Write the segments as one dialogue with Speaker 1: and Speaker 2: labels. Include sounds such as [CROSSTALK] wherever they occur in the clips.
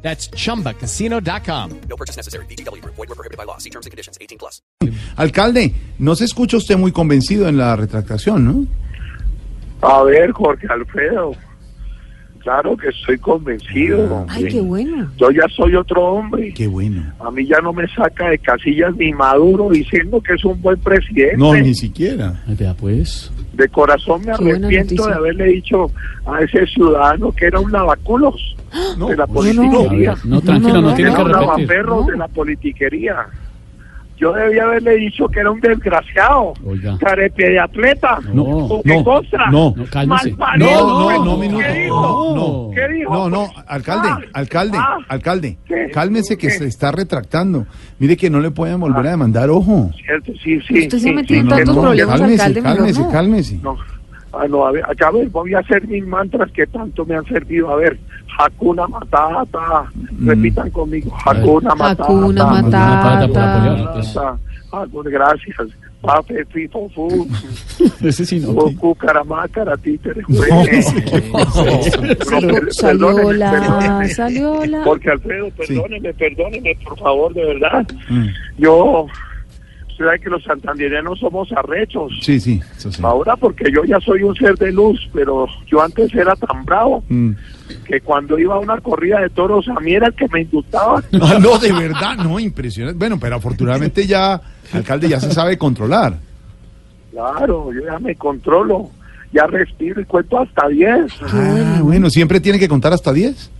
Speaker 1: That's chumbacasino.com.
Speaker 2: No purchase necessary. BGW. Void were prohibited by law. See terms and conditions. 18 plus.
Speaker 3: Alcalde, no se escucha usted muy convencido en la retractación, ¿no?
Speaker 4: A ver, Jorge Alfredo. Claro que estoy convencido.
Speaker 5: Ay, qué bueno.
Speaker 4: Yo ya soy otro hombre.
Speaker 3: Qué bueno.
Speaker 4: A mí ya no me saca de casillas ni Maduro diciendo que es un buen presidente.
Speaker 3: No, ni siquiera.
Speaker 6: Vea pues.
Speaker 4: De corazón me
Speaker 5: Qué buena
Speaker 4: arrepiento de
Speaker 5: noticia.
Speaker 4: haberle dicho a ese ciudadano que era un lavaculos
Speaker 3: No,
Speaker 4: de la
Speaker 3: pues,
Speaker 5: no,
Speaker 6: A ver,
Speaker 4: politiquería.
Speaker 6: no, tranquilo, no
Speaker 5: no,
Speaker 6: tiene
Speaker 4: Era
Speaker 6: que
Speaker 4: un
Speaker 6: repetir.
Speaker 4: lavaperros de la politiquería. Yo debía haberle dicho que era un desgraciado,
Speaker 6: Oiga.
Speaker 4: carete de atleta,
Speaker 6: No,
Speaker 4: o qué
Speaker 3: no,
Speaker 4: cosa,
Speaker 3: no.
Speaker 6: No, cálmese.
Speaker 4: malparido,
Speaker 3: No, no,
Speaker 4: pues,
Speaker 3: no,
Speaker 4: ¿qué
Speaker 3: minuto.
Speaker 4: dijo?
Speaker 3: No,
Speaker 4: ¿Qué dijo?
Speaker 3: no, no, alcalde,
Speaker 4: Ah,
Speaker 3: alcalde,
Speaker 4: ah,
Speaker 3: alcalde.
Speaker 4: ¿qué?
Speaker 3: Cálmese que
Speaker 4: ¿Qué?
Speaker 3: se está retractando. Mire que no le pueden volver a demandar, ojo.
Speaker 4: Cierto, sí, sí.
Speaker 5: Usted se
Speaker 4: sí,
Speaker 5: ha metido en
Speaker 4: sí,
Speaker 3: No,
Speaker 5: tantos
Speaker 3: no,
Speaker 4: no,
Speaker 5: problemas,
Speaker 3: Cálmese,
Speaker 5: alcalde, mejor
Speaker 3: cálmese,
Speaker 5: no.
Speaker 3: cálmese.
Speaker 4: No, ah, no, a ver, acá voy- voy a hacer mis mantras que tanto me han servido. A ver, Hakuna Matata,
Speaker 3: Mm.
Speaker 4: repitan conmigo, Hakuna Matata.
Speaker 5: Hakuna
Speaker 6: Matata.
Speaker 4: Hakuna
Speaker 6: Matata.
Speaker 4: Matata. Hakuna- gracias. Pape, fifo,
Speaker 3: [LAUGHS]
Speaker 4: fu,
Speaker 6: [LAUGHS] Ese sí no.
Speaker 4: fu, cucaramácara, títere,
Speaker 3: No,
Speaker 4: juegue.
Speaker 5: Salió, salió la, salió la.
Speaker 4: Porque Alfredo,
Speaker 3: Sí.
Speaker 4: perdóneme, perdóneme, por favor, de verdad.
Speaker 3: Mm,
Speaker 4: Yo, usted sabe que los santandereanos somos arrechos.
Speaker 3: Sí, sí, eso sí.
Speaker 4: Ahora porque yo ya soy un ser de luz, pero yo antes era tan bravo
Speaker 3: Mm. [LAUGHS]
Speaker 4: que cuando iba a una corrida de toros a mí era el que
Speaker 3: [LAUGHS]
Speaker 4: me indultaba.
Speaker 3: Ah, No, de verdad, no, impresionante. Bueno, pero afortunadamente ya, alcalde, ya se sabe controlar.
Speaker 4: Claro, yo ya me controlo, ya respiro y cuento hasta 10.
Speaker 3: Ah, bueno, siempre tiene que contar hasta 10.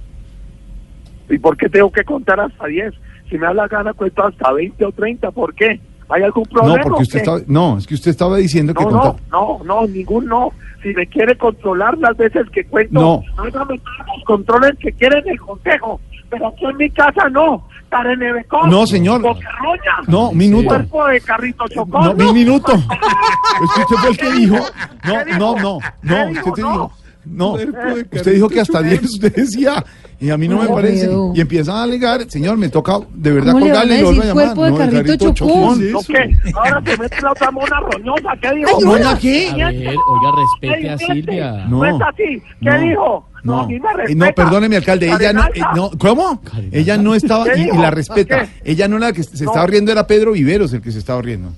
Speaker 4: ¿Y por qué tengo que contar hasta 10? Si me da la gana cuento hasta 20 o 30, ¿por qué? ¿Hay algún
Speaker 3: No,
Speaker 4: problema?
Speaker 3: porque
Speaker 4: o
Speaker 3: usted
Speaker 4: qué?
Speaker 3: estaba, no, es que usted estaba diciendo que
Speaker 4: No,
Speaker 3: contar.
Speaker 4: no, no, no, ningún no. Si me quiere controlar las veces que cuento,
Speaker 3: No.
Speaker 4: hágame todos los controles que quieren el consejo. Pero aquí en mi casa no. Tarenebecón.
Speaker 3: No, señor.
Speaker 4: Bocarroña.
Speaker 3: No, minuto.
Speaker 4: Cuerpo de carrito chocón.
Speaker 3: No, mi
Speaker 4: [LAUGHS]
Speaker 3: minuto. Es que usted fue el que dijo. No, no, no, no.
Speaker 4: ¿Qué
Speaker 3: Usted
Speaker 4: dijo?
Speaker 3: dijo. No, usted dijo que hasta 10 usted decía. Y a mí no me
Speaker 5: Ay,
Speaker 3: parece.
Speaker 5: Dios.
Speaker 3: Y empiezan a alegar, señor, me toca de verdad
Speaker 5: ¿Cómo le van
Speaker 3: colgarle
Speaker 5: a
Speaker 3: y lo vuelvo a
Speaker 5: decir
Speaker 3: llamar.
Speaker 5: cuerpo de
Speaker 3: no, el
Speaker 5: carrito chocón?
Speaker 3: ¿qué es
Speaker 4: ¿No
Speaker 3: eso?
Speaker 4: qué? Ahora se mete la otra mona roñosa. ¿Qué dijo?
Speaker 3: ¿Mona qué?
Speaker 6: A ver, oiga, respete a Silvia.
Speaker 3: No.
Speaker 4: No es así. ¿Qué
Speaker 3: No,
Speaker 4: dijo?
Speaker 3: No,
Speaker 4: a mí me
Speaker 3: Eh, no,
Speaker 4: respeta.
Speaker 3: perdóneme, alcalde. Ella no, eh,
Speaker 4: Arenalda.
Speaker 3: no, ¿Cómo?
Speaker 6: Carenata.
Speaker 3: Ella no estaba.
Speaker 4: ¿Qué
Speaker 3: Y, y
Speaker 4: dijo?
Speaker 3: la respeta.
Speaker 4: ¿Qué?
Speaker 3: Ella no era la que se estaba riendo, era Pedro Viveros el que se estaba riendo.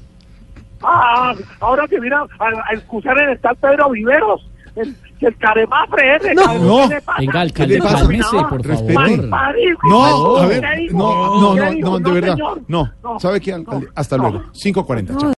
Speaker 4: Ah, ahora que viene a, a excusar el estar Pedro Viveros, el, el caremafre ese.
Speaker 3: No,
Speaker 4: cabrón,
Speaker 3: no.
Speaker 4: ¿qué le pasa?
Speaker 6: Venga,
Speaker 3: ¿Qué le
Speaker 6: alcalde,
Speaker 3: pasa?
Speaker 6: cálmese, por
Speaker 3: Respete.
Speaker 6: favor.
Speaker 4: Malparido,
Speaker 3: No,
Speaker 4: hijo de-
Speaker 3: a ver,
Speaker 4: ¿Qué dijo?
Speaker 3: no, no,
Speaker 4: ¿Qué
Speaker 3: no,
Speaker 4: dijo?
Speaker 3: no, de verdad.
Speaker 4: señor.
Speaker 3: No, ¿sabe qué? alcalde? Hasta
Speaker 4: no.
Speaker 3: luego. 5.40, chao.